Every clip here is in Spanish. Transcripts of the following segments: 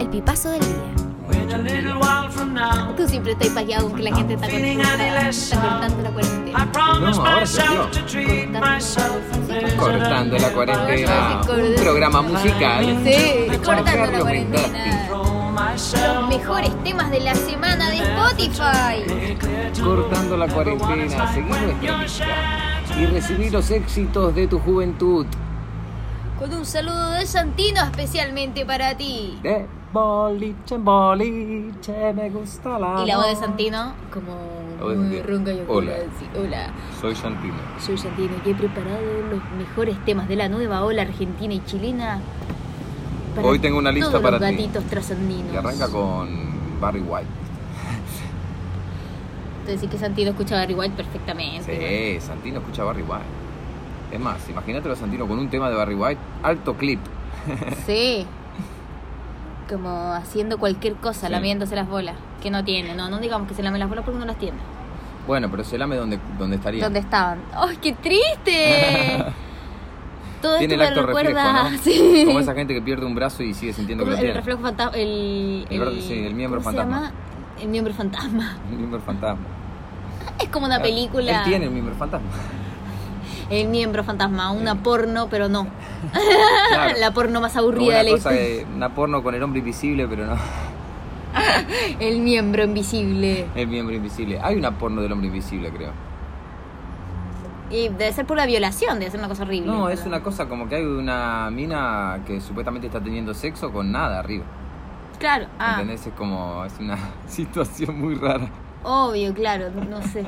el paso del día. Tú siempre estás pagueado con que la gente está cortando, está cortando la cuarentena. No, ahora soy yo. Cortando la cuarentena. Un programa musical. Sí, de Juan cortando la Carlos cuarentena. Los mejores temas de la semana de Spotify. Mendati. Cortando la cuarentena. Seguí nuestra pista y recibí los éxitos de tu juventud. Con un saludo de Santino especialmente para ti. De boliche en boliche me gusta la. Y la voz de Santino, como La voz de muy Santino. ronca y oscura. Hola. sí, hola. Soy Santino. Soy Santino y he preparado los mejores temas de la nueva ola argentina y chilena. Hoy tengo una lista todos para los ti. gatitos trasandinos. Y arranca con Barry White. Te decís que Santino escucha Barry White perfectamente. igual. Sí, Santino escucha Barry White. Es más, imagínate a Santino con un tema de Barry White, alto clip. Sí. Como haciendo cualquier cosa, Sí. lamiéndose las bolas. Que no tiene, no, no digamos que se lame las bolas porque no las tiene. Bueno, pero se lame donde, donde estaría. ¿Dónde estaban? ¡Ay, qué triste! Todo Tiene esto el me acto recuerda. reflejo, ¿no? sí. Como esa gente que pierde un brazo y sigue sintiendo que Como lo el tiene. reflejo fantasma. El, El brazo, sí, el miembro ¿cómo fantasma. Se llama? El miembro fantasma. El miembro fantasma. Es como una película. Ah, Él tiene el miembro fantasma. El miembro fantasma, una porno, pero no. Claro. La porno más Como aburrida una de la cosa historia. de- una porno con el hombre invisible, pero no El miembro invisible. el miembro invisible. Hay una porno del hombre invisible, creo. Y debe ser por la violación, debe ser una cosa horrible. No, pero- es una cosa como que hay una mina que supuestamente está teniendo sexo con nada arriba. Claro, ah, ¿Entendés? Es como, es una situación muy rara. obvio, claro, no sé.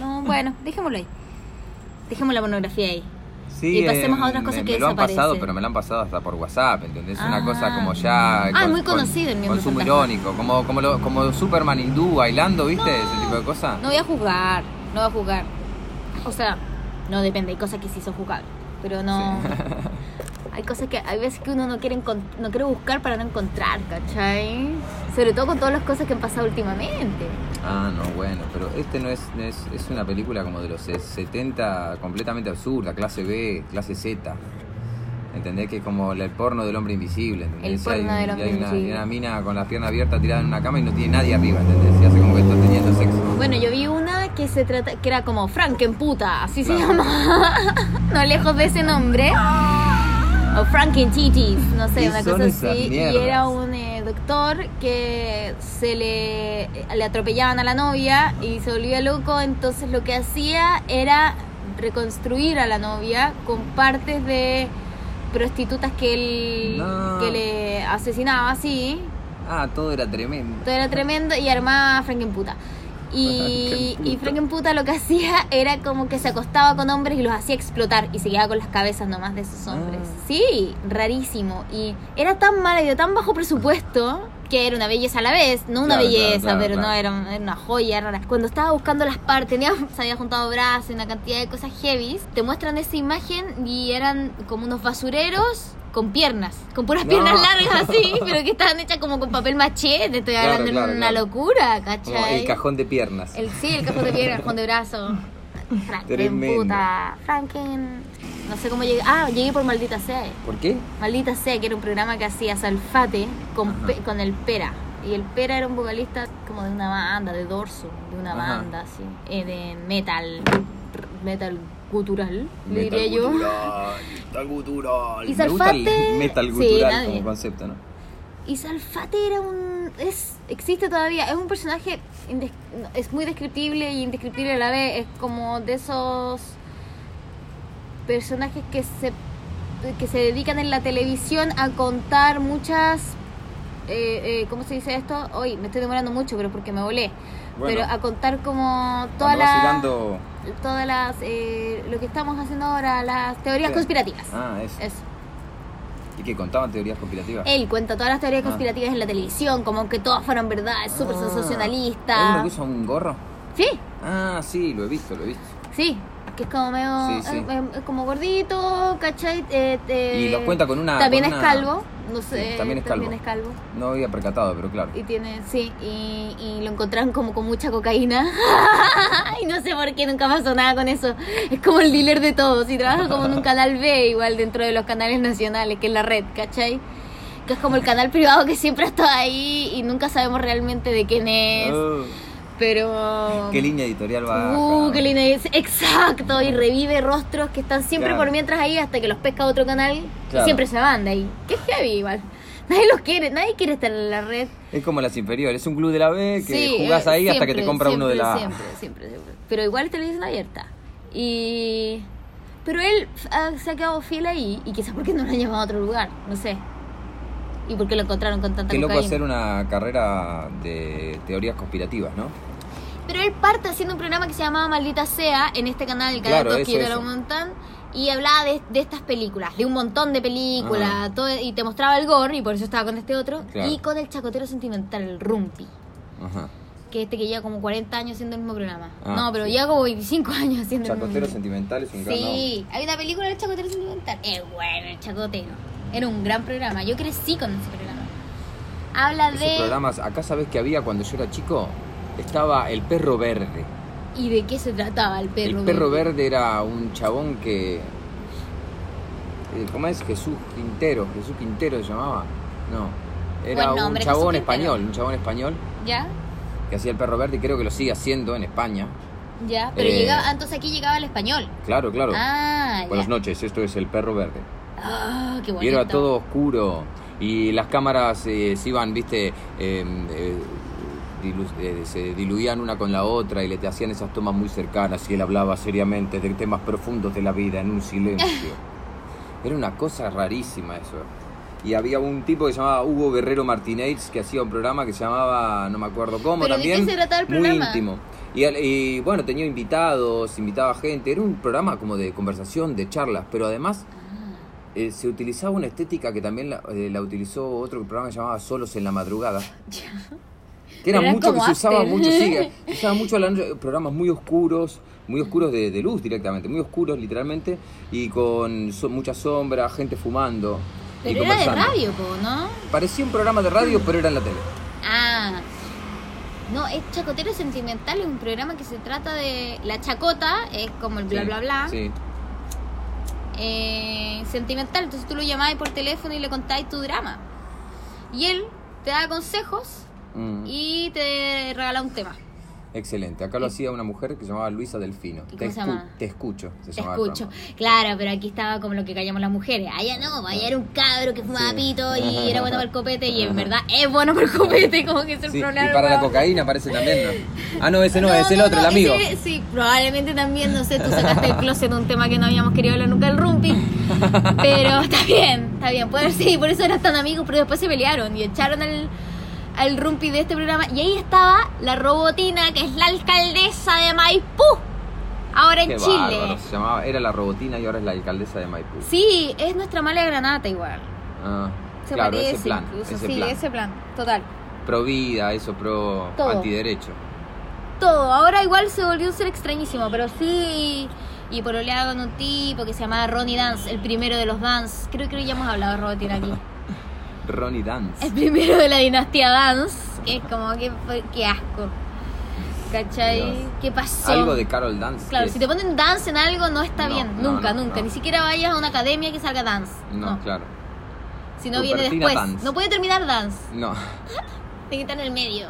No, bueno, dejémoslo ahí. Dejemos la pornografía ahí. Sí, Y pasemos a otras eh, cosas me, que me lo han pasado, desaparecen. pero me lo han pasado hasta por WhatsApp, ¿entendés? Ah. Una cosa como ya... Ah, es muy conocido el miembro Consumo fantasma. irónico, como, como, lo- como Superman hindú bailando, ¿viste? No. Ese tipo de cosas. No voy a jugar, no voy a jugar. O sea, no depende, hay cosas que sí son jugables, pero no. Hay cosas que hay veces que uno no quiere encon- no quiere buscar para no encontrar, ¿cachai? Sobre todo con todas las cosas que han pasado últimamente. Ah, no, bueno, pero este no es, no es... Es una película como de los 70, completamente absurda, clase B, clase Z. ¿Entendés? Que es como el porno del hombre invisible, ¿entendés? El porno Y hay, del y hombre hay una, y invisible. una mina con las piernas abiertas tirada en una cama y no tiene nadie arriba, ¿entendés? Y hace como que está teniendo sexo. Bueno, yo vi una que se trata que era como Frankenputa, así se Claro. llama. no lejos de ese nombre. O Frankenchichis, no sé, ¿Qué una son cosa esas así. Y era mierdas? un eh, doctor que se le, le atropellaban a la novia y se volvía loco, entonces lo que hacía era reconstruir a la novia con partes de prostitutas que él No. que le asesinaba así Ah, todo era tremendo. todo era tremendo y armaba a Frankenputa. Y, Frankenputa. y Frankenputa lo que hacía era como que se acostaba con hombres y los hacía explotar y se quedaba con las cabezas nomás de esos hombres. Ah. Sí, rarísimo. Y era tan mala y de tan bajo presupuesto que era una belleza a la vez, no una Claro, claro, belleza, claro, pero no claro. era, un- era una joya rara. Cuando estaba buscando las partes, tenía, se había juntado brazos y una cantidad de cosas heavies. Te muestran esa imagen y eran como unos basureros con piernas, con puras No. piernas largas así, pero que estaban hechas como con papel maché, te estoy Claro, hablando claro, una claro. locura, Como ¿cachai? el cajón de piernas. El- sí, el cajón de piedra, el cajón de brazo. Franken, Tremendo. puta. Franken. No sé cómo llegué. Ah, llegué por Maldita Sea. ¿Por qué? Maldita Sea, que era un programa que hacía Salfate con, Ajá. Pe- con el Pera. Y el Pera era un vocalista como de una banda, de dorso, de una Ajá. banda así, eh, de metal, r- metal gutural, le Metal diría yo. gutural, metal gutural. Y Me gusta Salfate- el metal sí, gutural nadie. como concepto, ¿no? Y Salfate era un. Es, existe todavía, es un personaje. indes- no, Es muy descriptible y indescriptible a la vez. Es como de esos personajes que se, que se dedican en la televisión a contar muchas. eh, eh, ¿Cómo se dice esto? Hoy me estoy demorando mucho, pero porque me volé. Bueno. pero a contar como todas Cuando vas las. hilando- Todas las. eh, lo que estamos haciendo ahora, las teorías Sí. conspirativas. Ah, eso. Eso. ¿Y que contaban teorías conspirativas? Él cuenta todas las teorías Ah. conspirativas en la televisión, como que todas fueron verdad, es súper Ah, ¿es uno sensacionalista. que usa un gorro? Sí, Ah, sí, lo he visto, lo he visto. sí, que es como medio, Sí, sí. eh, eh, eh, como gordito, ¿cachai? Eh, eh, Y los cuenta con una- También con es una- calvo, no sé, Sí, también es calvo. calvo. No había percatado, pero claro. Y tiene, sí, y, y lo encontraron como con mucha cocaína. y no sé por qué nunca pasó nada con eso. Es como el dealer de todos. Y trabaja como en un canal B, igual dentro de los canales nacionales, que es la red, ¿cachai? que es como el canal privado que siempre está ahí y nunca sabemos realmente de quién es. Oh, Pero. qué línea editorial va. Uh, qué linda es. Exacto, y revive rostros que están siempre Claro. por mientras ahí hasta que los pesca otro canal. Claro. Y siempre se van de ahí. Qué heavy igual. Nadie los quiere, nadie quiere estar en la red. Es como las inferiores, es un club de la B que Sí, jugás eh, ahí hasta que siempre, te compra uno de la A. Siempre, siempre, siempre. Pero igual televisión abierta. Y. Pero él ah, se ha quedado fiel ahí y quizás porque no lo han llevado a otro lugar, no sé. Y porque lo encontraron con tanta Qué loco cocaína. hacer una carrera de teorías conspirativas, ¿no? Pero él parte haciendo un programa que se llamaba Maldita Sea en este canal, el canal Claro, Dos eso, que era eso. un montón. Y hablaba de, de estas películas, de un montón de películas, Ajá. todo, y te mostraba el gore, y por eso estaba con este otro, Ah. Claro. y con el chacotero sentimental, el Rumpi, Ajá. que es este que lleva como 40 años haciendo el mismo programa. Ah, no, pero sí. lleva como 25 años haciendo Chacotero el mismo sentimental es un gran nombre. Mm. Sí, hay una película del chacotero sentimental. Es bueno el chacotero. Era un gran programa, yo crecí con ese programa. Habla Esos de... programas, acá sabes que había cuando yo era chico, estaba el perro verde. ¿Y de qué se trataba el perro? el perro verde era un chabón que. eh, ¿Cómo es? Jesús Quintero. Jesús Quintero se llamaba. No. Era Buen un nombre, Jesús chabón Quintero. español, un chabón español ¿Ya? que hacía el perro verde y creo que lo sigue haciendo en España. Ya, pero Eh, llegaba, ah, entonces aquí llegaba el español. Claro, claro. Ah, Buenas ya. noches, esto es el perro verde. Ah, qué Y bonito. era todo oscuro. Y las cámaras eh, se iban, viste, eh, eh, dilu- eh, se diluían una con la otra y le te hacían esas tomas muy cercanas. Y él hablaba seriamente de temas profundos de la vida en un silencio. era una cosa rarísima eso. Y había un tipo que se llamaba Hugo Guerrero Martínez que hacía un programa que se llamaba, no me acuerdo cómo ¿Pero de también. qué se trataba el Muy programa? íntimo. Y, al- y, bueno, tenía invitados, invitaba gente. Era un programa como de conversación, de charlas, pero además eh, se utilizaba una estética que también la, eh, la utilizó otro programa que se llamaba Solos en la Madrugada. Que era Pero era mucho que como se usaba after. mucho, sí, se usaba mucho a la noche, programas muy oscuros, muy oscuros de, de luz directamente, muy oscuros literalmente, y con so- mucha sombra, gente fumando y Pero era de conversando. radio, po, ¿no? Parecía un programa de radio, pero era en la tele. Ah. No, es Chacotero Sentimental, es un programa que se trata de... La chacota es como el bla, Sí, bla, bla. Sí, eh, sentimental. Entonces tú lo llamabas por teléfono y le contabas tu drama. Y él te daba consejos Mm. y te regalaba un tema. Excelente. Acá lo hacía una mujer que se llamaba Luisa Delfino. Te, ¿Y cómo se escu- llama? te escucho. se Te llamaba el escucho. programa. Claro, pero aquí estaba como lo que callamos las mujeres. Allá no, allá era un cabro que fumaba Ah, Sí. pito y era bueno para el copete y en verdad es bueno para el copete, como que es el Sí, problema. y para la weón. cocaína parece también, ¿no? Ah, no, ese no, es el no, otro, no, el amigo. ese- sí, probablemente también, no sé, tú sacaste el closet de un tema que no habíamos querido hablar nunca, el rumpi. Pero está bien, está bien. Puede sí, por eso eran tan amigos, pero después se pelearon y echaron al, al rumpi de este programa. Y ahí estaba la robotina, que es la alcaldesa de Maipú, ahora en Qué Chile. bárbaro, se llamaba. Era la robotina y ahora es la alcaldesa de Maipú. Sí, es nuestra mala granata igual. Ah, Se claro, parece ese plan. incluso, Ese sí, plan. ese plan, total. Pro vida, eso, pro Todo. antiderecho. todo. Ahora igual se volvió un ser extrañísimo, pero sí. Y por oleado con un tipo que se llamaba Ronnie Dance, el primero de los Dance. Creo que ya hemos hablado de Robotina aquí. Ronnie Dance. El primero de la dinastía Dance, que es como que, que asco. ¿Cachai? Dios. ¿Qué pasó? Algo de Carol Dance. Claro, es- si te ponen dance en algo no está No, bien, no, nunca, no, nunca. no. Ni siquiera vayas a una academia que salga dance. No, No, claro. si no viene Rupertina después. Dance. No puede terminar dance. No. Tiene que estar en el medio.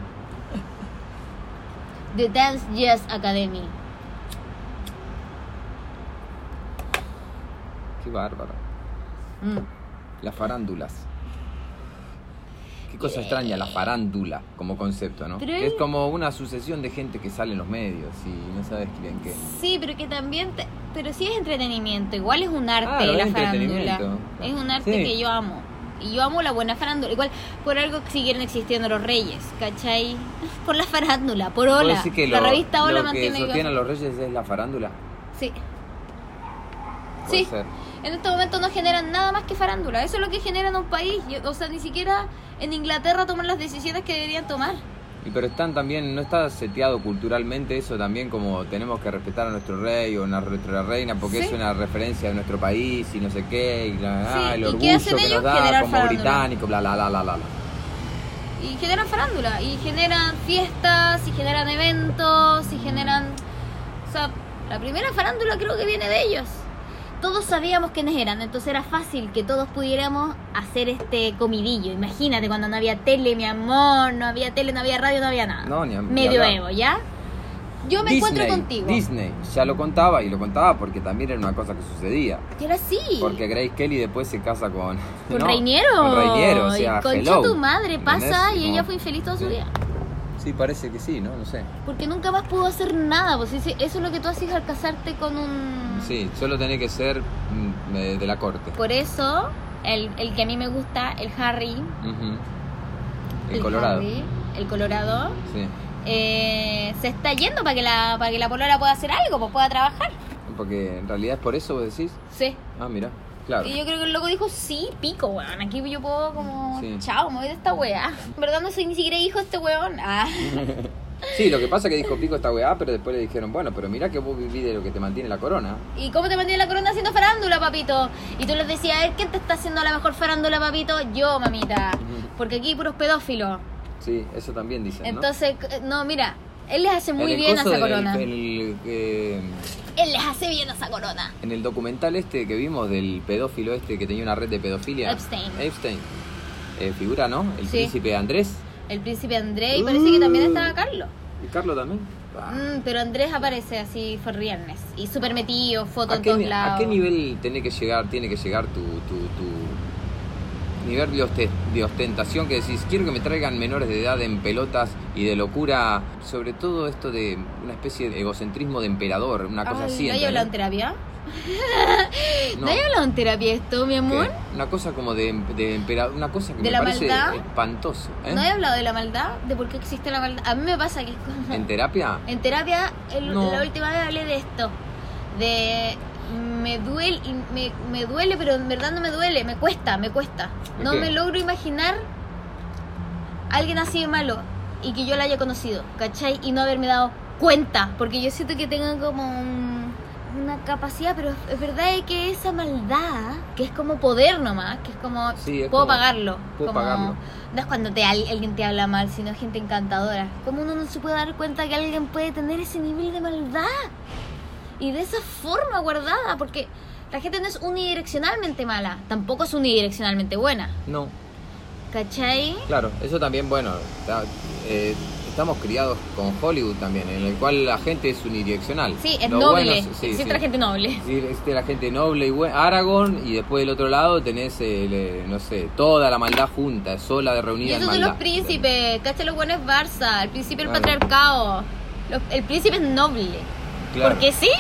The Dance Jazz Academy. Qué bárbaro. Mm. Las farándulas. Qué cosa extraña la farándula como concepto, ¿no? Pero Que él- es como una sucesión de gente que sale en los medios y no sabes quién qué. Sí, pero que también, te- pero sí es entretenimiento, igual es un arte Claro, la Ah, es farándula. entretenimiento. Es un arte Sí. que yo amo. Y yo amo la buena farándula, igual por algo que siguieron existiendo los reyes, ¿cachai? Por la farándula, por Puedo Hola. decir que la lo- revista Hola lo que mantiene viva- sostiene a los reyes es la farándula. Sí. Puede Sí. ser. En este momento no generan nada más que farándula, eso es lo que generan un país, Yo- o sea, ni siquiera en Inglaterra toman las decisiones que deberían tomar. Y pero están también, no está seteado culturalmente eso también como tenemos que respetar a nuestro rey o a nuestra reina porque Sí. es una referencia de nuestro país y no sé qué y la- Sí, ah, el ¿y qué orgullo hacen que ellos? nos da Generar como farándula. británico, bla bla bla bla bla. bla. y generan farándula, y generan fiestas, y generan eventos, y generan... O sea, la primera farándula creo que viene de ellos. todos sabíamos quiénes eran, entonces era fácil que todos pudiéramos hacer este comidillo. Imagínate cuando no había tele, mi amor, no había tele, no había radio, no había nada. No, ni a- ni Medioevo, hablar. ¿ya? Yo me encuentro contigo. Disney, ya lo contaba y lo contaba porque también era una cosa que sucedía. Que era así. Porque Grace Kelly después se casa con. Con ¿no? Reiniero. Con Reiniero, o sea, Y Concha hello. tu madre pasa ¿Entendés? y No. ella fue infeliz todo su Sí. vida. Sí, parece que sí, ¿no? No sé. Porque nunca más pudo hacer nada. Pues ese- eso es lo que tú haces al casarte con un. Sí, solo tenés que ser mm, eh, de la corte. Por eso, el, el que a mí me gusta, el Harry. Ujú. El Colorado. Harry, el Colorado. Sí. eh, se está yendo para que la para que la polola pueda hacer algo, pues pueda trabajar. Porque en realidad es por eso vos decís. Sí. Ah, mira, claro. Y yo creo que el loco dijo, sí, pico, weón. Aquí yo puedo como, Sí. chao, me voy de esta weá. En verdad no soy ni siquiera hijo de este weón. Ah. Sí, lo que pasa es que dijo pico esta weá, pero después le dijeron, bueno, pero mira que vos vivís de lo que te mantiene la corona. ¿Y cómo te mantiene la corona haciendo farándula, papito? Y tú les decías, a ver, ¿quién te está haciendo la mejor farándula, papito? Yo, mamita. Ujú. Porque aquí hay puros pedófilos. Sí, eso también dicen. ¿no? Entonces, c- no, mira, él les hace muy En el bien a coso esa del- corona. el, eh, Él les hace bien a esa corona. en el documental este que vimos del pedófilo este que tenía una red de pedofilia. Epstein. Epstein. Eh, figura, ¿no? El Sí. príncipe Andrés. El príncipe Andrés, y parece que también estaba Carlos. ¿Y Carlos también? Ah. Mm, pero Andrés aparece así, fue viernes. Y súper metido, foto ¿A, en qué, todos ni- lados. a qué nivel tiene que llegar, tiene que llegar tu, tu- tu nivel de, oste- de ostentación que decís, quiero que me traigan menores de edad en pelotas y de locura, sobre todo esto de una especie de egocentrismo de emperador, una cosa Ay, así. ¿No hay hablado en ¿entendés? terapia? No. ¿No hay hablado en terapia esto, mi amor? Que Una cosa como de, de emperador, una cosa que ¿De me la parece maldad? espantoso. ¿eh? ¿No he hablado de la maldad? ¿De por qué existe la maldad? A mí me pasa que es como... ¿En terapia? En terapia, el- Ah. No. la última vez hablé de esto. De. Me duele, y me, me duele, pero en verdad no me duele, me cuesta, me cuesta. ¿De No qué? me logro imaginar a alguien así de malo y que yo la haya conocido, ¿cachai? Y no haberme dado cuenta, porque yo siento que tengo como un- una capacidad, pero es verdad es que esa maldad, que es como poder nomás, que es como Sí, es puedo como- pagarlo. puedo como- pagarlo. no es cuando te, al- alguien te habla mal, sino gente encantadora. Como uno no se puede dar cuenta que alguien puede tener ese nivel de maldad? Y de esa forma guardada, porque la gente no es unidireccionalmente mala, tampoco es unidireccionalmente buena. No. ¿Cachai? Claro, eso también, bueno, está- eh, estamos criados con Hollywood también, en el cual la gente es unidireccional. Sí, es Lo noble. bueno es- sí, Existe sí. la gente noble. Sí, existe este, la gente noble y buena, Aragón, y después del otro lado tenés, el, eh, no sé, toda la maldad junta, sola, de Y reunida en esos son maldad. los príncipes, ¿cachai? Los buenos es Barça, el príncipe el Claro. patriarcado. Los- el príncipe es noble. Claro. Porque sí.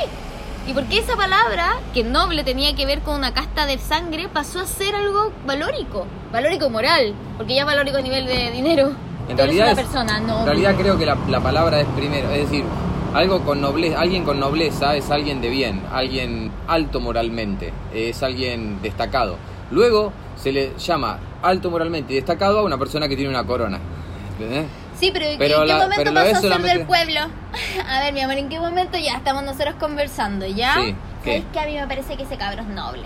Y porque esa palabra, que noble tenía que ver con una casta de sangre, pasó a ser algo valórico. Valórico y moral. Porque ya es valórico a nivel de dinero. En Tú eres realidad, una es- persona noble. en realidad creo que la, la palabra es primero, es decir, algo con nobleza, alguien con nobleza es alguien de bien, alguien alto moralmente, es alguien destacado. Luego se le llama alto moralmente y destacado a una persona que tiene una corona. ¿Entendés? Sí, pero ¿en Pero qué la- momento pero lo pasó a es ser solamente- del pueblo? A ver, mi amor, ¿en qué momento ya estamos nosotros conversando? ¿Ya? Sí, ¿qué? ¿Sabes que a mí me parece que ese cabro es noble?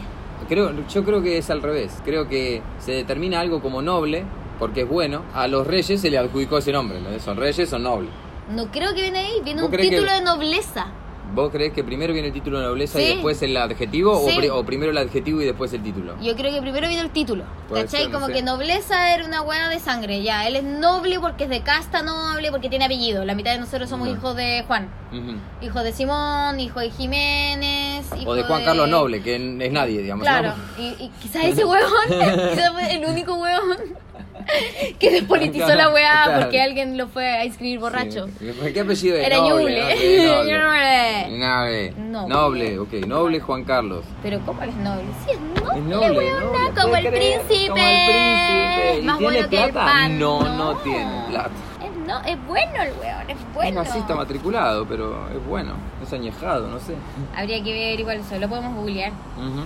Creo, yo creo que es al revés. Creo que se determina algo como noble, porque es bueno. A los reyes se le adjudicó ese nombre. ¿no? Son reyes, son nobles. No creo que viene ahí, viene ¿Vos un crees que- título de nobleza. ¿Vos creés que primero viene el título de nobleza y Sí. después el adjetivo? o Sí. pri- O, primero el adjetivo y después el título? Yo creo que primero vino el título. Puede ¿Cachai? ser, no Como sé. que nobleza era una hueá de sangre, ya. Él es noble porque es de casta noble, porque tiene apellido. La mitad de nosotros somos Mm. hijos de Juan. Ujú. Hijo de Simón, hijo de Jiménez. hijo O de Juan Carlos Noble, que n- es nadie, digamos. Claro. ¿no? Y, y quizás ese hueón, quizás fue el único hueón que despolitizó la hueá Claro. porque alguien lo fue a inscribir borracho. Sí. ¿Qué apellido es? Era noble, Noble. Ñuble. Noble. Noble. Noble, ok. Noble Juan Carlos. Pero ¿cómo él es noble? Sí, es noble, Es noble, hueona, noble, como, ¿puede el creer? príncipe. Como el príncipe. ¿Y Más tiene bueno que el plata? pan. No, no tiene plata. Es, no, es bueno el hueón, es Es bueno. así, está matriculado, pero es bueno. Es añejado, no sé. Habría que ver igual eso, lo podemos googlear. Ujú.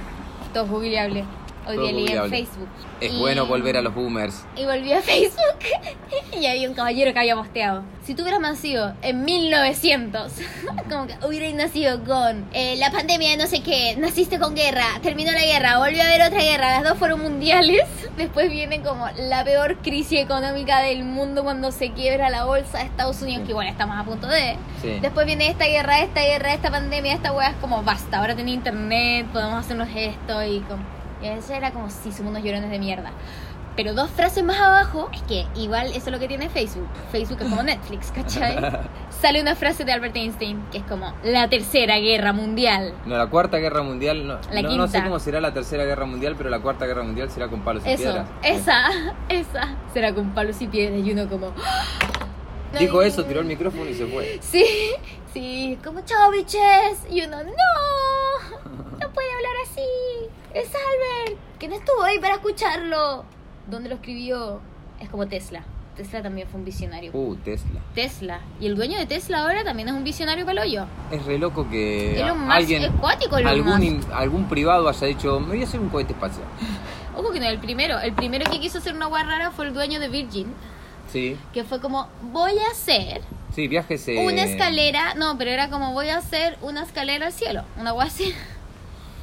Todo es googleable. Hoy Todo día leí en googleable. Facebook. Es Y- bueno volver a los boomers. Y volví a Facebook y había un caballero que había posteado. Si tú hubieras nacido en 1900, como que hubierais nacido con eh, la pandemia de no sé qué, naciste con guerra, terminó la guerra, volvió a haber otra guerra, las dos fueron mundiales. Después viene como la peor crisis económica del mundo cuando se quiebra la bolsa de Estados Unidos, que igual estamos a punto de. Sí. Después viene esta guerra, esta guerra, esta pandemia, esta weá es como basta, ahora tiene internet, podemos hacernos esto y como... Y a veces era como si somos unos llorones de mierda. Pero dos frases más abajo es que igual eso es lo que tiene Facebook. Facebook es como Netflix, ¿cachai? Sale una frase de Albert Einstein que es como la tercera guerra mundial. No, la cuarta guerra mundial, no, La no, no sé quinta. cómo será la tercera guerra mundial, pero la cuarta guerra mundial será con palos y Eso, piedras. esa, esa. Será con palos y piedras y uno como... Dijo Ay. eso, tiró el micrófono y se fue. Sí, sí, como chao bitches. Y uno, no, no puede hablar así. Es Albert, que no estuvo ahí para escucharlo. ¿Dónde lo escribió? Es como Tesla. Tesla también fue un visionario. Uh, Tesla. Tesla. Y el dueño de Tesla ahora también es un visionario paloyo. Es re loco que Elon Musk alguien, es cuático, Elon algún, Musk. in- algún privado haya dicho, me voy a hacer un cohete espacial. Ojo que no es el primero. El primero que quiso hacer una guay rara fue el dueño de Virgin. Sí, Que fue como, voy a hacer sí, viajes... eh, una escalera. No, pero era como, voy a hacer una escalera al cielo. Una guay así.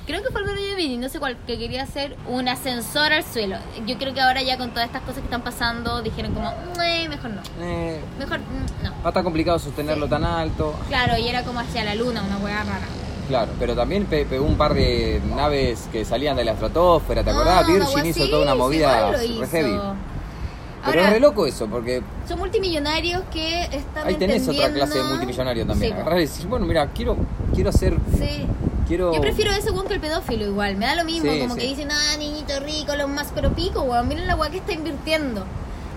Creo que fue el dueño de Virgin, no sé cuál, que quería hacer un ascensor al suelo. Yo creo que ahora ya con todas estas cosas que están pasando, dijeron como, "Mue, mejor no. eh, Mejor mm, no. va a estar complicado sostenerlo tan alto. Claro, y era como hacia la luna, una hueá rara. Claro, pero también pe- pegó un par de naves que salían de la estratosfera, ¿te acordás? Ah, una Virgin hueá hizo así, toda una sí, movida igual lo re hizo. heavy. Pero Ahora- es re loco eso, porque Son multimillonarios que están ahí tenés otra clase de entendiendo- multimillonario también. Sí, Agarrás y decís, bueno, mira, quiero, quiero hacer... sí. Quiero... Yo prefiero eso, weón, que el pedófilo igual. Me da lo mismo, Sí, como sí. que dicen, ah, niñito rico, los más pero pico, weón. Miren la weá que está invirtiendo.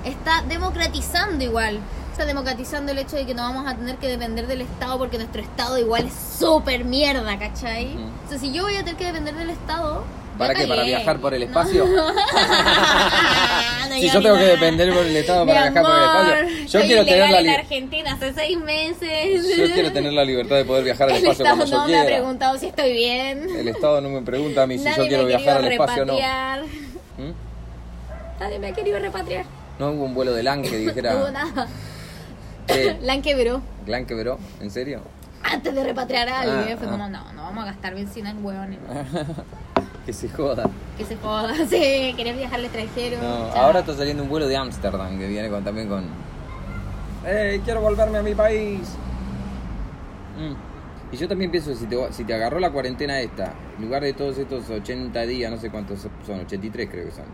Está democratizando igual. Está democratizando el hecho de que no vamos a tener que depender del Estado porque nuestro Estado igual es súper mierda, ¿cachai? Mm. O sea, si yo voy a tener que depender del Estado... ya ¿Para qué? ¿Para cagué. viajar por el No. espacio? Ah, No, si ya yo tengo ni que nada. depender por el Estado para Mi viajar por el amor, espacio, yo soy quiero tener ilegal la en libertad. Argentina hace seis meses. Yo quiero tener la libertad de poder viajar al El espacio Estado cuando yo no me ha quiera. preguntado si estoy bien. El Estado no me pregunta a mí si Nadie yo quiero me ha viajar al querido espacio o no. repatriar. ¿Mm? Nadie me ha querido repatriar. No hubo un vuelo de LAN que No hubo dijera. nada. "Che, La han quebró. ¿LAN quebró? ¿En serio? Antes de repatriar a alguien, Ah, fue ah. como, no, no vamos a gastar benzina en hueones. Que se joda. Que se joda. Sí, querés viajar al extranjero. No, chao. ahora está saliendo un vuelo de Ámsterdam que viene con- también con. ¡Eh! Quiero volverme a mi país. Mm. Y yo también pienso, si te, si te agarró la cuarentena esta, en lugar de todos estos 80 días, no sé cuántos son, 83 creo que son.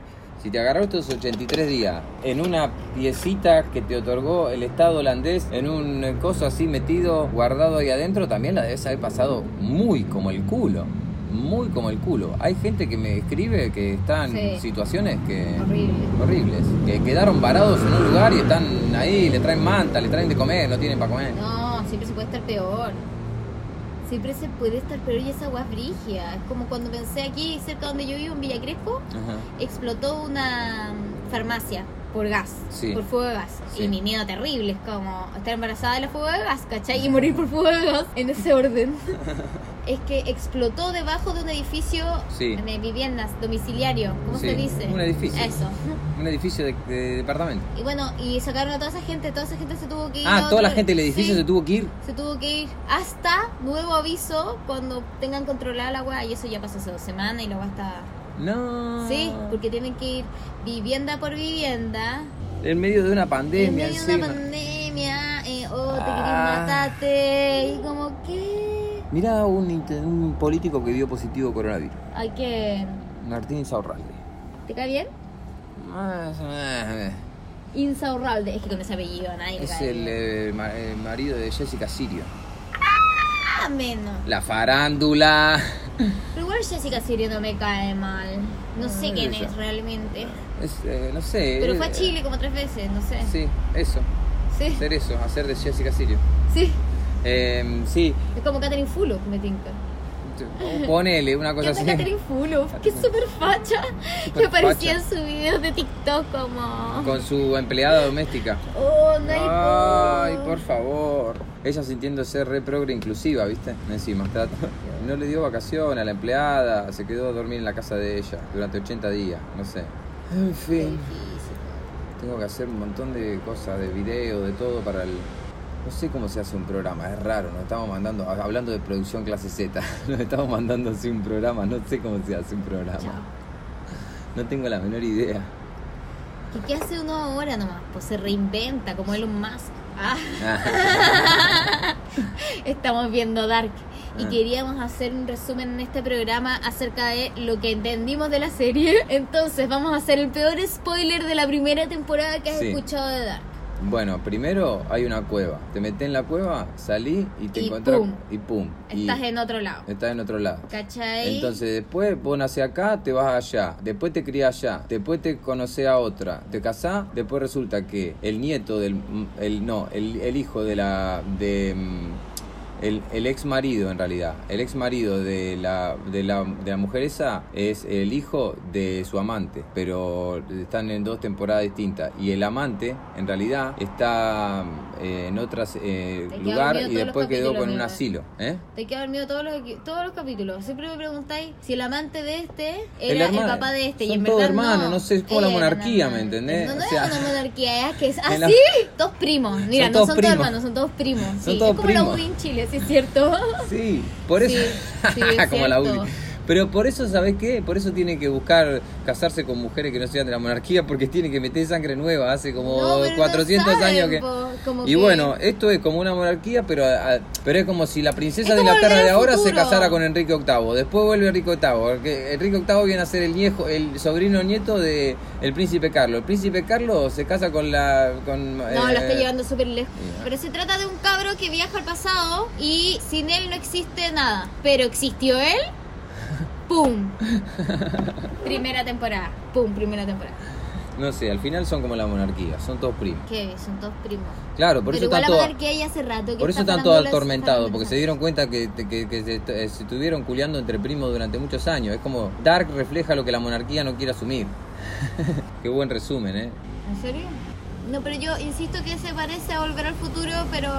Si te agarró estos 83 días en una piecita que te otorgó el Estado holandés, en un eh, coso así metido, guardado ahí adentro, también la debes haber pasado muy como el culo. Muy como el culo. Hay gente que me escribe que está en Sí. situaciones que Horrible. horribles, que quedaron varados en un lugar y están ahí, le traen manta, le traen de comer, no tienen para comer. No, siempre se puede estar peor. Siempre se puede estar peor y esa agua es brígida. Es como cuando pensé aquí, cerca donde yo vivo, en Villa Crespo, Ajá. explotó una mm, farmacia por gas, Sí. por fuego de gas. Sí. Y mi miedo terrible es como estar embarazada de la fuego de gas, ¿cachai? Y morir por fuego de gas en ese orden. es que explotó debajo de un edificio Sí. de viviendas, domiciliario, ¿cómo Sí, se dice? un edificio. Eso. Un edificio de, de departamento. Y bueno, y sacaron a toda esa gente, toda esa gente se tuvo que ir. Ah, a toda otro- la gente del edificio Sí se tuvo que ir. se tuvo que ir hasta nuevo aviso cuando tengan controlada la weá y eso ya pasó hace dos semanas y la weá está... No. Sí, porque tienen que ir vivienda por vivienda, En medio de una pandemia en medio de encima. una pandemia, eh, oh, te Ah. querés matarte, y como que... Mirá un, inte- un político que dio positivo coronavirus. Hay que... Martín Insaurralde. ¿Te cae bien? Insaurralde, es que con ese apellido a nadie le eh, Es cae el, bien. eh, ma- eh, marido de Jessica Sirio. Ah, menos. La farándula. Pero igual Jessica Sirio no me cae mal. No sé Mm, quién ella. es realmente. Es, eh, no sé. Pero eh, fue a Chile como tres veces, no sé. Sí, eso. Sí, Hacer eso, hacer de Jessica Sirio. sí. Eh, sí, Es como Catherine Fulop, me tinca. t- ponele una cosa Esta así. Catherine Fulop, que es súper facha, Súper que aparecía en facha. sus videos de TikTok como... Con su empleada doméstica. Oh, no hay Ay, po- por favor. Ella sintiéndose re progre inclusiva, ¿viste? Encima, está- no le dio vacación a la empleada, se quedó a dormir en la casa de ella durante 80 días, no sé. En Qué fin. difícil. Tengo que hacer un montón de cosas, de video, de todo para el... No sé cómo se hace un programa, es raro, nos estamos mandando, hab- hablando de producción clase Z, nos estamos mandando así un programa, no sé cómo se hace un programa. Chao. No tengo la menor idea. ¿Y qué hace uno ahora nomás? Pues se reinventa como Elon Musk. Ah, estamos viendo Dark. Y Ah. queríamos hacer un resumen en este programa acerca de lo que entendimos de la serie. Entonces vamos a hacer el peor spoiler de la primera temporada que has Sí. escuchado de Dark. Bueno, primero hay una cueva. Te metés en la cueva, salí y te Y encontrás- pum. Y pum. y Estás en otro lado. estás en otro lado. ¿Cachai? Entonces después vos nacés acá, te vas allá, después te criás allá, después te conocés a otra, te casás, después resulta que el nieto del el no, el, el hijo de la de mm, el, el ex marido en realidad, el ex marido de la, de la de la mujer esa es el hijo de su amante, pero están en dos temporadas distintas y el amante en realidad está mm, eh, en otras eh, Te quedaron lugar medio y todos los después quedó capítulos, con un mira. asilo, ¿eh? Te queda dormido todos los, todos los capítulos. Siempre me preguntáis si el amante de este El era el, hermano. papá de este. y Son en todos verdad hermanos, no. no sé, es como la Eran monarquía, hermanos. ¿me entendés? No, no O es sea, como la monarquía, es que es en la- así. Todos primos. Mira, no todos son primos. todos hermanos, son todos primos. Son sí. todos es como la primos. UDI en Chile, sí es cierto. Sí, por eso. Sí, sí, es Como la cierto. UDI. Pero por eso, ¿sabés qué? Por eso tiene que buscar casarse con mujeres que no sean de la monarquía, porque tiene que meter sangre nueva, hace como No, pero no 400 saben, años que... po, como y que- bueno, esto es como una monarquía, pero, a- pero es como si la princesa Es de como Inglaterra volver de al ahora se futuro. casara con Enrique VIII, después vuelve Enrique VIII, porque Enrique VIII viene a ser el, niejo, el sobrino nieto de el príncipe Carlos. El príncipe Carlos se casa con la... Con, No, eh, lo está llevando súper lejos. ya. Pero se trata de un cabro que viaja al pasado y sin él no existe nada. Pero existió él. ¡Pum! primera temporada. ¡Pum! Primera temporada. No sé, al final son como la monarquía, son todos primos. Que son todos primos. Claro, por eso Pero igual está la todo... monarquía ya hace rato que Por eso está están todos parándolas- atormentados, porque se parándolas. dieron cuenta que, que- que se, est- eh, se estuvieron culeando entre primos durante muchos años. Es como Dark refleja lo que la monarquía no quiere asumir. Qué buen resumen, ¿eh? ¿En serio? No, pero yo insisto que se parece a Volver al Futuro, pero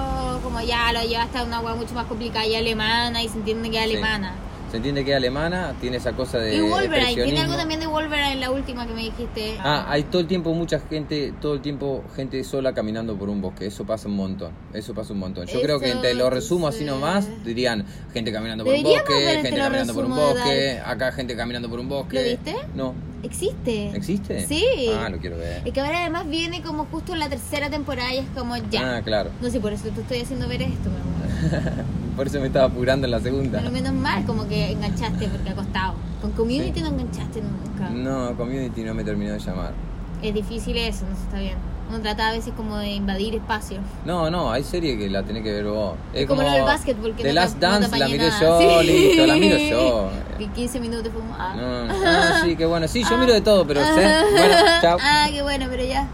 como ya lo lleva hasta una hueá mucho más complicada y alemana y se entiende que es Sí. alemana. Se entiende que es alemana, tiene esa cosa de. y Wolverine, tiene algo expresionismo. también de Wolverine en la última que me dijiste. Ah, hay todo el tiempo mucha gente, todo el tiempo gente sola caminando por un bosque. Eso pasa un montón. Eso pasa un montón. Yo creo que Eso, te lo resumo así entonces- nomás, dirían gente caminando por Deberíamos un ver bosque, este gente lo caminando por un resumo de bosque, acá gente caminando por un bosque. ¿Lo viste? No. ¿Existe? ¿Existe? Sí. Ah, lo quiero ver. Es que ahora además viene como justo en la tercera temporada y es como ya. Ah, claro. No sé, por eso te estoy haciendo ver esto, mi amor. Por eso me estaba apurando en la segunda. Pero menos mal como que enganchaste porque ha costado. Con Community Sí. no enganchaste nunca. No, Community no me terminó de llamar. Es difícil eso, no se está bien. Uno trata a veces como de invadir espacio. No, no, hay serie que la tenés que ver vos. Es como lo del básquetbol, que The no te- Last no te Dance la apañé miré nada. yo, Sí. listo, la miro yo. Y 15 minutos fue como, ah. No, no, ah, sí, qué bueno. Sí, yo miro de todo, pero sé. Bueno, chao. Ah, qué bueno, pero ya.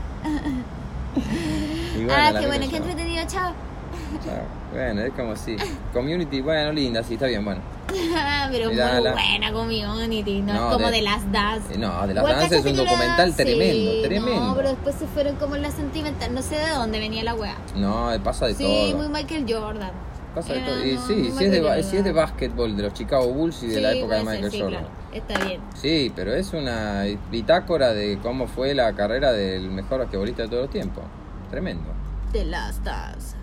Y bueno, ah, la qué miro bueno, yo. qué entretenido, chao. Chao. Bueno, es como así. Community, bueno, linda, sí, está bien, bueno. pero muy Mirala. buena community, no, No, es como de- de, las Dance. Eh, No, de las Igual danzas es cachaste un que la- documental sí, tremendo, tremendo. No, pero después se fueron como en la sentimental, no sé de dónde venía la wea. No, eh, pasa de sí, todo. muy Michael Jordan. Pasa de Era, todo. Y no, sí, muy si es, Michael de, ba- Jordan. si es de básquetbol, de los Chicago Bulls y de Sí, la época de puede ser, Michael sí, Jordan. claro, Está bien. Sí, pero es una bitácora de cómo fue la carrera del mejor basquetbolista de todos los tiempos. Tremendo. The Last Dance.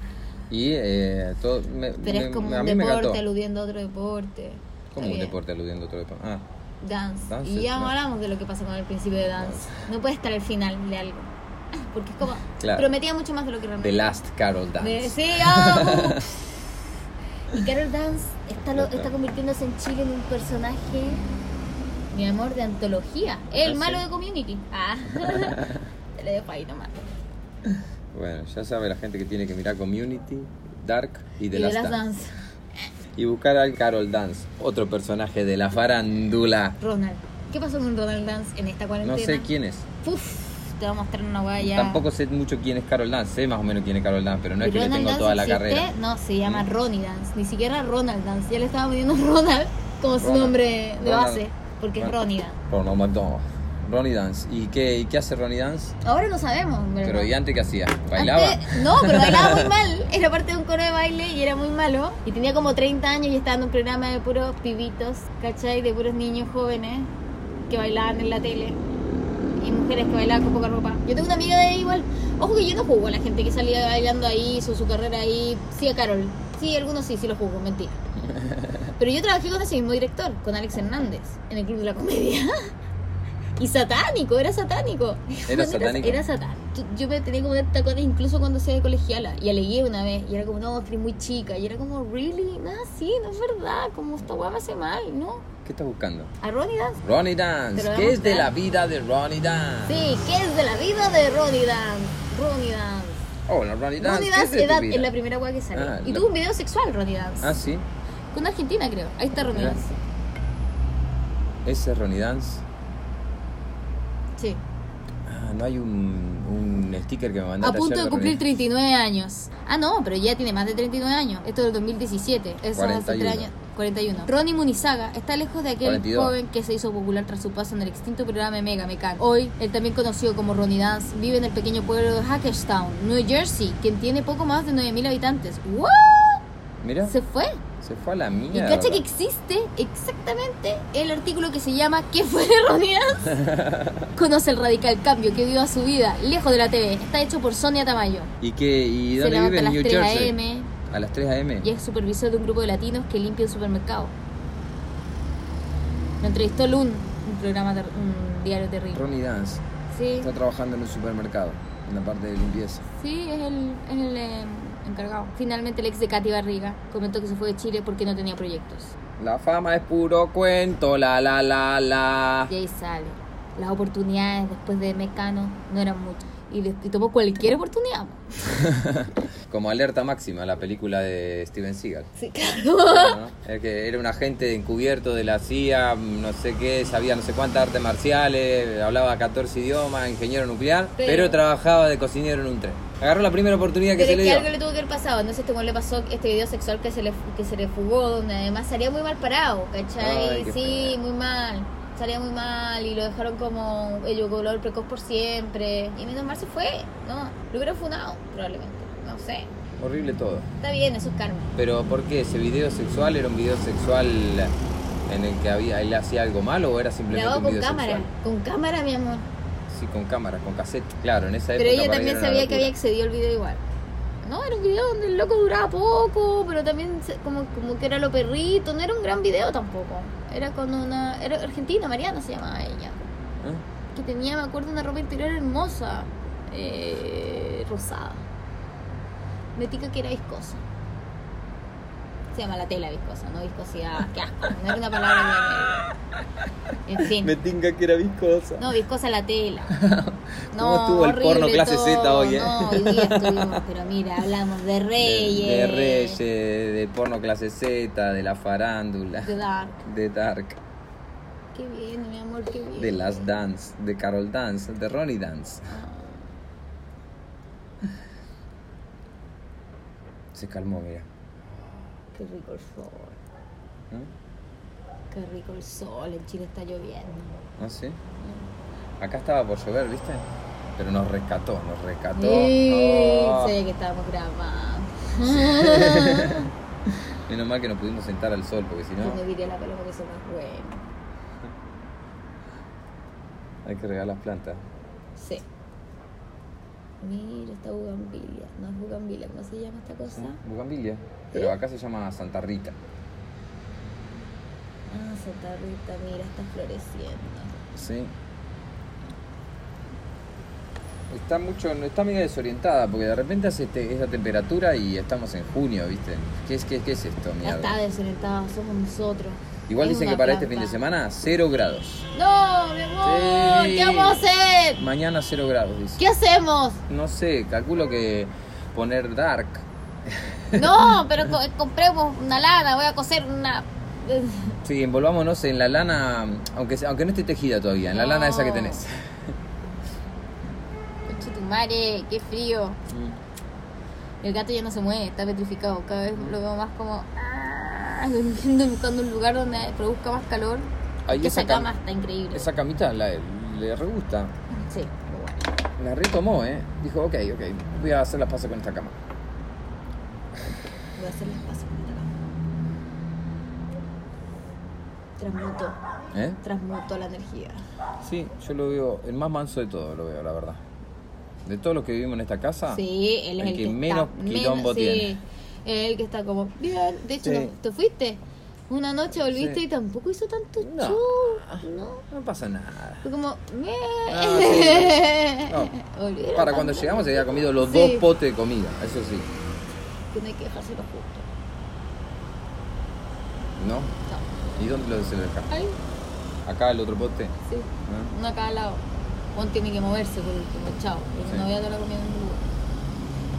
Y eh, todo, me- Pero me- es como a un mí me encantó. deporte aludiendo a otro deporte. Está Como un bien. deporte aludiendo a otro deporte. Ah, Dance. Dance Y es ya una- hablamos de lo que pasa con el principio de Dance. No puede estar al final de algo. Porque es como. Claro. Prometía mucho más de lo que realmente. The Last Carol Dance. De- sí, ah, uh. Y Carol Dance está, lo- está convirtiéndose en Chile en un personaje, mi amor, de antología. El Ah, sí. malo de Community. Ah, te lo dejo ahí nomás. Bueno, ya sabe la gente que tiene que mirar Community, Dark y The y Last, Dance. Y buscar al Carol Dance, otro personaje de la farándula. Ronald. ¿Qué pasó con Ronald Dance en esta No cuarentena? sé quién es. Uf, te voy a mostrar una guaya Tampoco sé mucho quién es Carol Dance. Sé más o menos quién es Carol Dance, pero no es que le Ronald tengo Dance toda la existe, carrera. No, se llama Mm. Ronnie Dance. Ni siquiera Ronald Dance. Ya le estaba poniendo Ronald como su Ronald. nombre de Ronald. base. Porque es Ronald. Ronnie Dance. Por no, no, no, Ronnie Dance. ¿Y qué, y qué hace Ronnie Dance? Ahora no sabemos, en ¿verdad? Pero ¿y antes qué hacía? ¿Bailaba? Antes- no, pero bailaba muy mal. Era parte de un coro de baile y era muy malo. Y tenía como 30 años y estaba en un programa de puros pibitos, ¿cachai? De puros niños jóvenes que bailaban en la tele. Y mujeres que bailaban con poca ropa. Yo tengo una amiga de ahí igual. Ojo que yo no jugo a la gente que salía bailando ahí, hizo su carrera ahí. Sí, a Carol. Sí, algunos sí, sí lo jugó, mentira. Pero yo trabajé con ese mismo director, con Alex Hernández, en el Club de la Comedia. Y satánico, era satánico. ¿Era satánico? Era satánico. Yo me tenía como de tacones incluso cuando hacía de colegiala. Y alegué una vez. Y era como, no, que eres muy chica. Y era como, really? Nada, sí, no es verdad. Como esta guapa hace mal, ¿no? ¿Qué estás buscando? A Ronnie Dance. Ronnie Te Dance. lo voy a ¿Qué es de mostrar. la vida de Ronnie Dance? Sí, ¿qué es de la vida de Ronnie Dance? Ronnie Dance. Hola, Ronnie Dance. Ronnie ¿qué es de Dance tu edad, vida? es la primera guapa que sale. Ah, y la- tuvo un video sexual, Ronnie Dance. Ah, sí. Ah. Con Argentina, creo. Ahí está Ronnie Mira. Dance. Ese es Ronnie Dance. Sí. Ah, no hay un, un sticker que me A mandaste punto ayer de cumplir Ronnie- 39 años. Ah, no, pero ya tiene más de 39 años. Esto es del 2017. Eso hace 41. 3 años. 41. Ronnie Munizaga está lejos de aquel 42. joven que se hizo popular tras su paso en el extinto programa Mega Mecan. Hoy, él también conocido como Ronnie Dance, vive en el pequeño pueblo de Hackerstown, New Jersey, quien tiene poco más de 9.000 habitantes. ¿What? Mira, Se se... fue. fue a la Y mierda. cacha que existe exactamente el artículo que se llama ¿Qué fue de Ronnie Dance? Conoce el radical cambio que dio a su vida, lejos de la TV. Está hecho por Sonia Tamayo. ¿Y, qué, y Se dónde levanta vive a en las New 3 Jersey? a.m. ¿A las 3 a.m.? y es supervisor de un grupo de latinos que limpia un supermercado. Lo entrevistó Lun, un programa, ter- un diario terrible. Ronnie Dance Sí, está trabajando en un supermercado, en la parte de limpieza. sí, es el, es el eh, encargado. Finalmente el ex de Katy Barriga comentó que se fue de Chile porque no tenía proyectos. La fama es puro cuento, la la la la. Y ahí sale. Las oportunidades después de Mecano no eran muchas. Y, le- y tomó cualquier oportunidad. Como alerta máxima, la película de Steven Seagal. Sí, claro. ¿no? Es que era un agente encubierto de la CIA, no sé qué, sabía no sé cuántas artes marciales, hablaba 14 idiomas, ingeniero nuclear, pero, Pero- trabajaba de cocinero en un tren. Agarró la primera oportunidad que Pero se es le que dio. algo le tuvo que haber pasado, entonces como le pasó este video sexual que se le, que se le fugó, donde además salía muy mal parado, Ay, ¿cachai? qué sí, pena. muy mal, salía muy mal y lo dejaron como el yogulador precoz por siempre. Y menos mal se fue, ¿no? Lo hubiera funado, probablemente, no sé. Horrible todo. Está bien, eso es karma. Pero ¿por qué? ¿Ese video sexual era un video sexual en el que había, él hacía algo malo o era simplemente Grabado un con video cámara, sexual? con cámara, mi amor. Sí, con cámara, con cassette. Claro, en esa época Pero para ella mí también era una sabía que locura. había excedido el video igual. No, era un video donde el loco duraba poco, pero también se- como, como que era lo perrito, no era un gran video tampoco. Era con una... Era argentina, Mariana se llamaba ella. ¿Eh? Que tenía, me acuerdo, una ropa interior hermosa. eh, rosada. Metica que era viscosa. Se llama la tela viscosa, no viscosidad. Qué asco, no era una palabra que me- En fin. Me tinga que era viscosa. No, viscosa la tela. ¿Cómo estuvo el horrible porno clase todo, Z hoy, eh? No, hoy día estuvimos, pero mira, hablamos de reyes. De, de Reyes, de porno clase Z, de la farándula, De Dark. de Dark, Qué bien, mi amor, qué bien. de Las Dance, de Carol Dance, de Ronnie Dance. Ah, Se calmó, mira. Qué rico el sol. ¿No? Qué rico el sol. En Chile está lloviendo. ¿No ¿Ah, sí? Acá estaba por llover, ¿viste? Pero nos rescató, nos rescató. Sí, Oh, sé que estábamos grabando. Menos mal que nos pudimos sentar al sol, porque si No. no, me diré a la paloma que se nos fue. hay que regar las plantas. Sí. Mira esta bugambilia. No es bugambilia, ¿cómo se llama esta cosa? Bugambilia. Pero ¿Eh? acá se llama Santa Rita. Ah, Santa Rita, mira, está floreciendo. Sí. Está mucho, está medio desorientada porque de repente hace este, esta temperatura y estamos en junio, ¿viste? ¿Qué es, qué, qué es esto, Ya mierda? está desorientado, somos nosotros. Igual Es dicen una que para este trampa. fin de semana cero grados. ¡No, mi amor! Sí. ¿Qué vamos a hacer? Mañana cero grados, dice. ¿Qué hacemos? No sé, calculo que poner dark. No, pero co- eh, compremos una lana, voy a coser una. Sí, envolvámonos en la lana, aunque, sea- aunque no esté tejida todavía, en la lana esa que No. tenés. Conchetumare, qué frío. El gato ya no se mueve, está petrificado. Cada vez lo veo más como. ah, Durmiendo, buscando un lugar donde produzca más calor. Ahí que esa esa cama cama- está increíble. Esa camita la, le re gusta. Sí, muy bueno. La retomó, ¿eh? Dijo, ok, ok, voy a hacer las pasas con esta cama. Voy a hacer las pasos con esta cama. Transmuto, ¿Eh? transmuto la energía. Sí, yo lo veo, el más manso de todo lo veo, la verdad. De todos los que vivimos en esta casa, Sí, él es Ah, el el, que menos está, quilombo sí, tiene. es el que está como, bien, de hecho, Sí. no, te fuiste. Una noche volviste Sí. y tampoco hizo tanto No. show. No. no pasa nada. Fue como, bien. Ah, sí. Volvieron Para cuando tanto. llegamos se había comido los Sí. dos potes de comida, eso sí, Que no hay que dejárselo justo. ¿no? No. ¿Y dónde lo se lo dejaste? Ahí, Acá el otro pote. sí. ¿Ah? Uno a cada lado. Juan tiene que moverse por último, chao. Porque Sí. no voy a toda la comida en un lugar.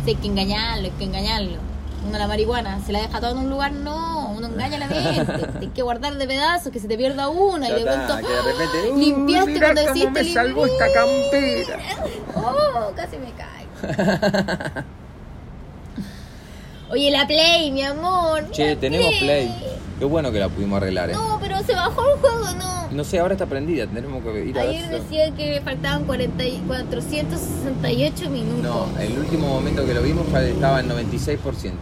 Sí, hay que engañarlo, hay que engañarlo. Uno la marihuana, se la deja toda en un lugar, no. Uno engaña a la mente. Hay que guardar de pedazos, que se te pierda una. Ya y de está, pronto, que de repente, ¡ah! "Uh, limpiaste mirá cuando cómo me deciste salvó esta campera. Oh, casi me cae. Oye, la Play, mi amor. Che, la tenemos play. Qué bueno que la pudimos arreglar, ¿eh? No, pero se bajó el juego, no. No sé, ahora está prendida, tendremos que ir a Ayer ver. si- decía que me faltaban 40 y 468 minutos. No, el último momento que lo vimos fue- estaba en 96%.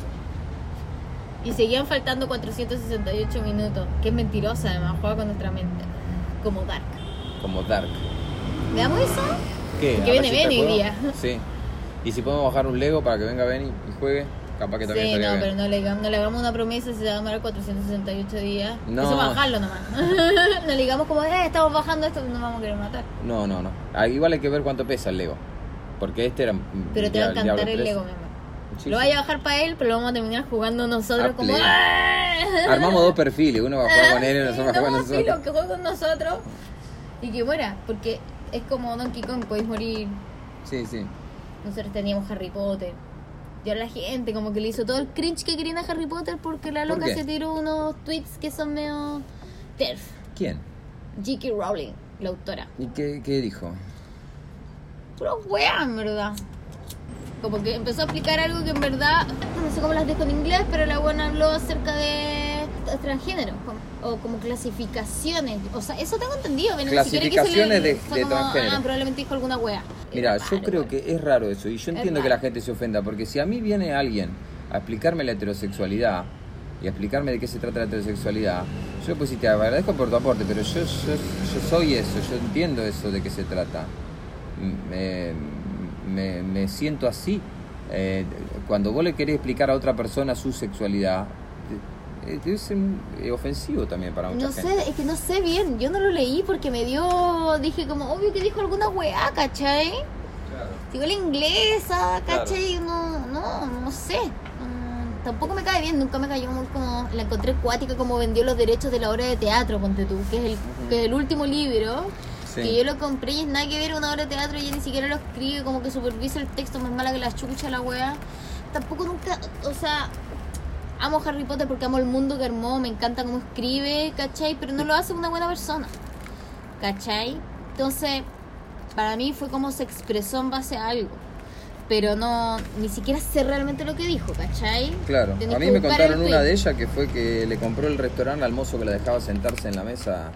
Y seguían faltando 468 minutos. Que es mentirosa, además, juega con nuestra mente. Como Dark. Como Dark. ¿Veamos eso? ¿Qué? Porque A ver viene si está Benny hoy el día. juego. Sí. Y si podemos bajar un Lego para que venga Benny y juegue, capaz que también Sí, estaría no, pero bien. no le, digamos- no le hagamos una promesa, se va a demorar 468 días. No. Eso va a bajarlo nomás. no le digamos como, eh, estamos bajando esto, nos vamos a querer matar. No, no, no. Ah, Igual hay que ver cuánto pesa el Lego. Porque este era. Pero te va a Diablo encantar el 3. Lego, mi amor. Sí, Lo sí. vaya a bajar para él, pero lo vamos a terminar jugando nosotros A como... play. "Ah". Armamos dos perfiles, uno va a jugar con él y Sí, nosotros vamos a jugar no, sí, con nosotros. lo que juega con nosotros. Y que muera, porque es como Donkey Kong, podéis morir. Sí, sí. Nosotros teníamos Harry Potter. Y ahora la gente como que le hizo todo el cringe que querían a Harry Potter porque la ¿Por loca qué? se tiró unos tweets que son medio terf. ¿Quién? J.K. Rowling, la autora. ¿Y qué, qué dijo? Puro wea, en verdad. Como que empezó a explicar algo que en verdad, no sé cómo las dijo en inglés, pero la buena habló acerca de transgénero como- o como clasificaciones. O sea, eso tengo entendido. que ni siquiera quiso Clasificaciones leer. de- Fue de como, transgénero. Ah, probablemente dijo alguna wea. Mira, Era yo raro, creo igual. que es raro eso y yo Es entiendo que la raro. gente se ofenda porque si a mí viene alguien a explicarme la heterosexualidad y a explicarme de qué se trata la heterosexualidad, yo pues sí te agradezco por tu aporte, pero yo, yo, yo soy eso, yo entiendo eso de qué se trata. Mm, eh, Me, me siento así. Eh, cuando vos le querés explicar a otra persona su sexualidad, eh, debe ser eh, ofensivo también para mucha No gente. sé, es que no sé bien. Yo no lo leí porque me dio. Dije, como, obvio que dijo alguna weá, ¿cachai? Digo la inglesa, Claro. ¿cachai? No, no, no sé. Mm, Tampoco me cae bien, nunca me cayó muy como. La encontré cuática como vendió los derechos de la obra de teatro, ponte tú, que es el, que es el último libro. Sí. Que yo lo compré y es nada que ver una obra de teatro y ella ni siquiera lo escribe, como que supervisa el texto más mala que la chucha la wea. Tampoco nunca, o sea, amo Harry Potter porque amo el mundo que armó, me encanta cómo escribe, ¿cachai? Pero no lo hace una buena persona, ¿cachai? Entonces, para mí fue como se expresó en base a algo. Pero no, ni siquiera sé realmente lo que dijo, ¿cachai? Claro, Tenés a mí que me buscar contaron el una tweet. de ellas que fue que le compró el restaurante al mozo que la dejaba sentarse en la mesa,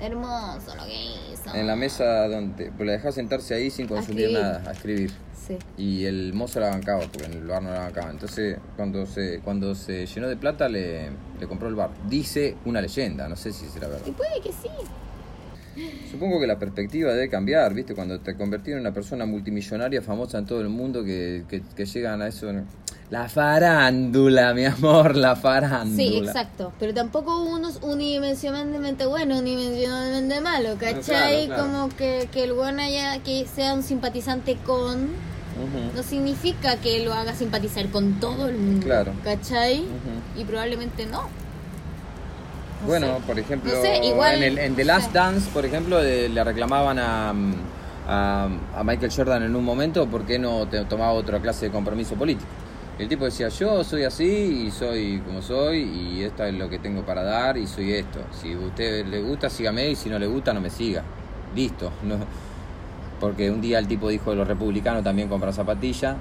Hermoso lo que hizo. en la mesa donde pues la dejaba sentarse ahí sin consumir escribir. nada, a escribir. Sí. Y el mozo la bancaba, porque en el bar no la bancaba. Entonces, cuando se cuando se llenó de plata, le, le compró el bar. Dice una leyenda, no sé si será verdad. Y puede que sí. Supongo que la perspectiva debe cambiar, ¿viste? Cuando te convertís en una persona multimillonaria famosa en todo el mundo que, que, que llegan a eso. ¿no? La farándula, mi amor, la farándula. Sí, exacto. Pero tampoco uno es unidimensionalmente bueno, unidimensionalmente malo, Claro, ¿cachai? claro. Como que, que el bueno haya, que sea un simpatizante con, Ujú. no significa que lo haga simpatizar con todo el mundo, Claro. ¿cachai? Ujú. Y probablemente no. No Bueno, sé. por ejemplo, No sé, igual- en, el- en The Last sí. Dance, por ejemplo, de- le reclamaban a, mm, a, a Michael Jordan en un momento por qué no te- tomaba otra clase de compromiso político. Y el tipo decía, yo soy así y soy como soy y esto es lo que tengo para dar y soy esto. Si a usted le gusta, sígame y si no le gusta, no me siga. Listo. No. Porque un día el tipo dijo, los republicanos también compran zapatillas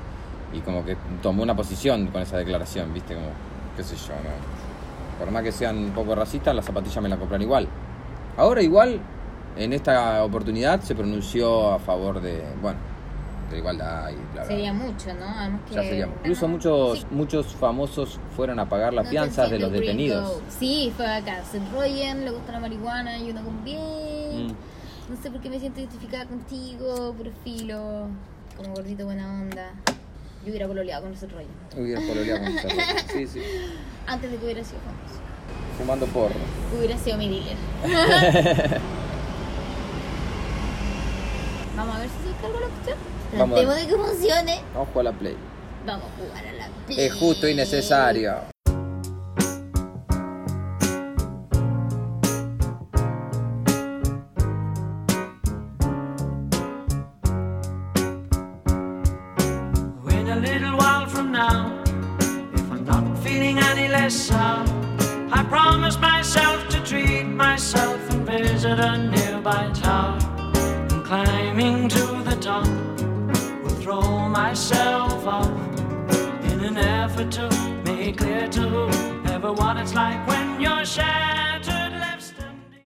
y como que tomó una posición con esa declaración, ¿viste? Como, qué sé yo, ¿no? Por más que sean un poco racistas, las zapatillas me las compran igual. Ahora igual en esta oportunidad se pronunció a favor de, bueno, de igualdad y bla, bla, Sería bla. mucho, ¿no? Además que... Ya sería. Incluso Ajá. muchos, Sí. muchos famosos fueron a pagar las No te fianzas de los entiendo, gringo. detenidos. Sí, fue acá. Se enrollan, le gusta la marihuana y uno con bien. Mm. No sé por qué me siento identificada contigo, por filo. Como gordito buena onda. Yo hubiera pololeado con ese rollo. Hubiera pololeado con esa ropa. Sí, sí. Antes de que hubiera sido famoso. Fumando porro. Hubiera sido mi dealer. Vamos a ver si se carga la cuestión. Vamos a ver. Tratemos de que funcione. Ojo a la play. Vamos a jugar a la Es justo y Play. necesario. When a little while from now, if I'm not feeling any less sour, I promise myself to treat myself and visit a nearby tower. And climbing to the top, will throw myself off in an effort to make clear to everyone it's like when you're sharing.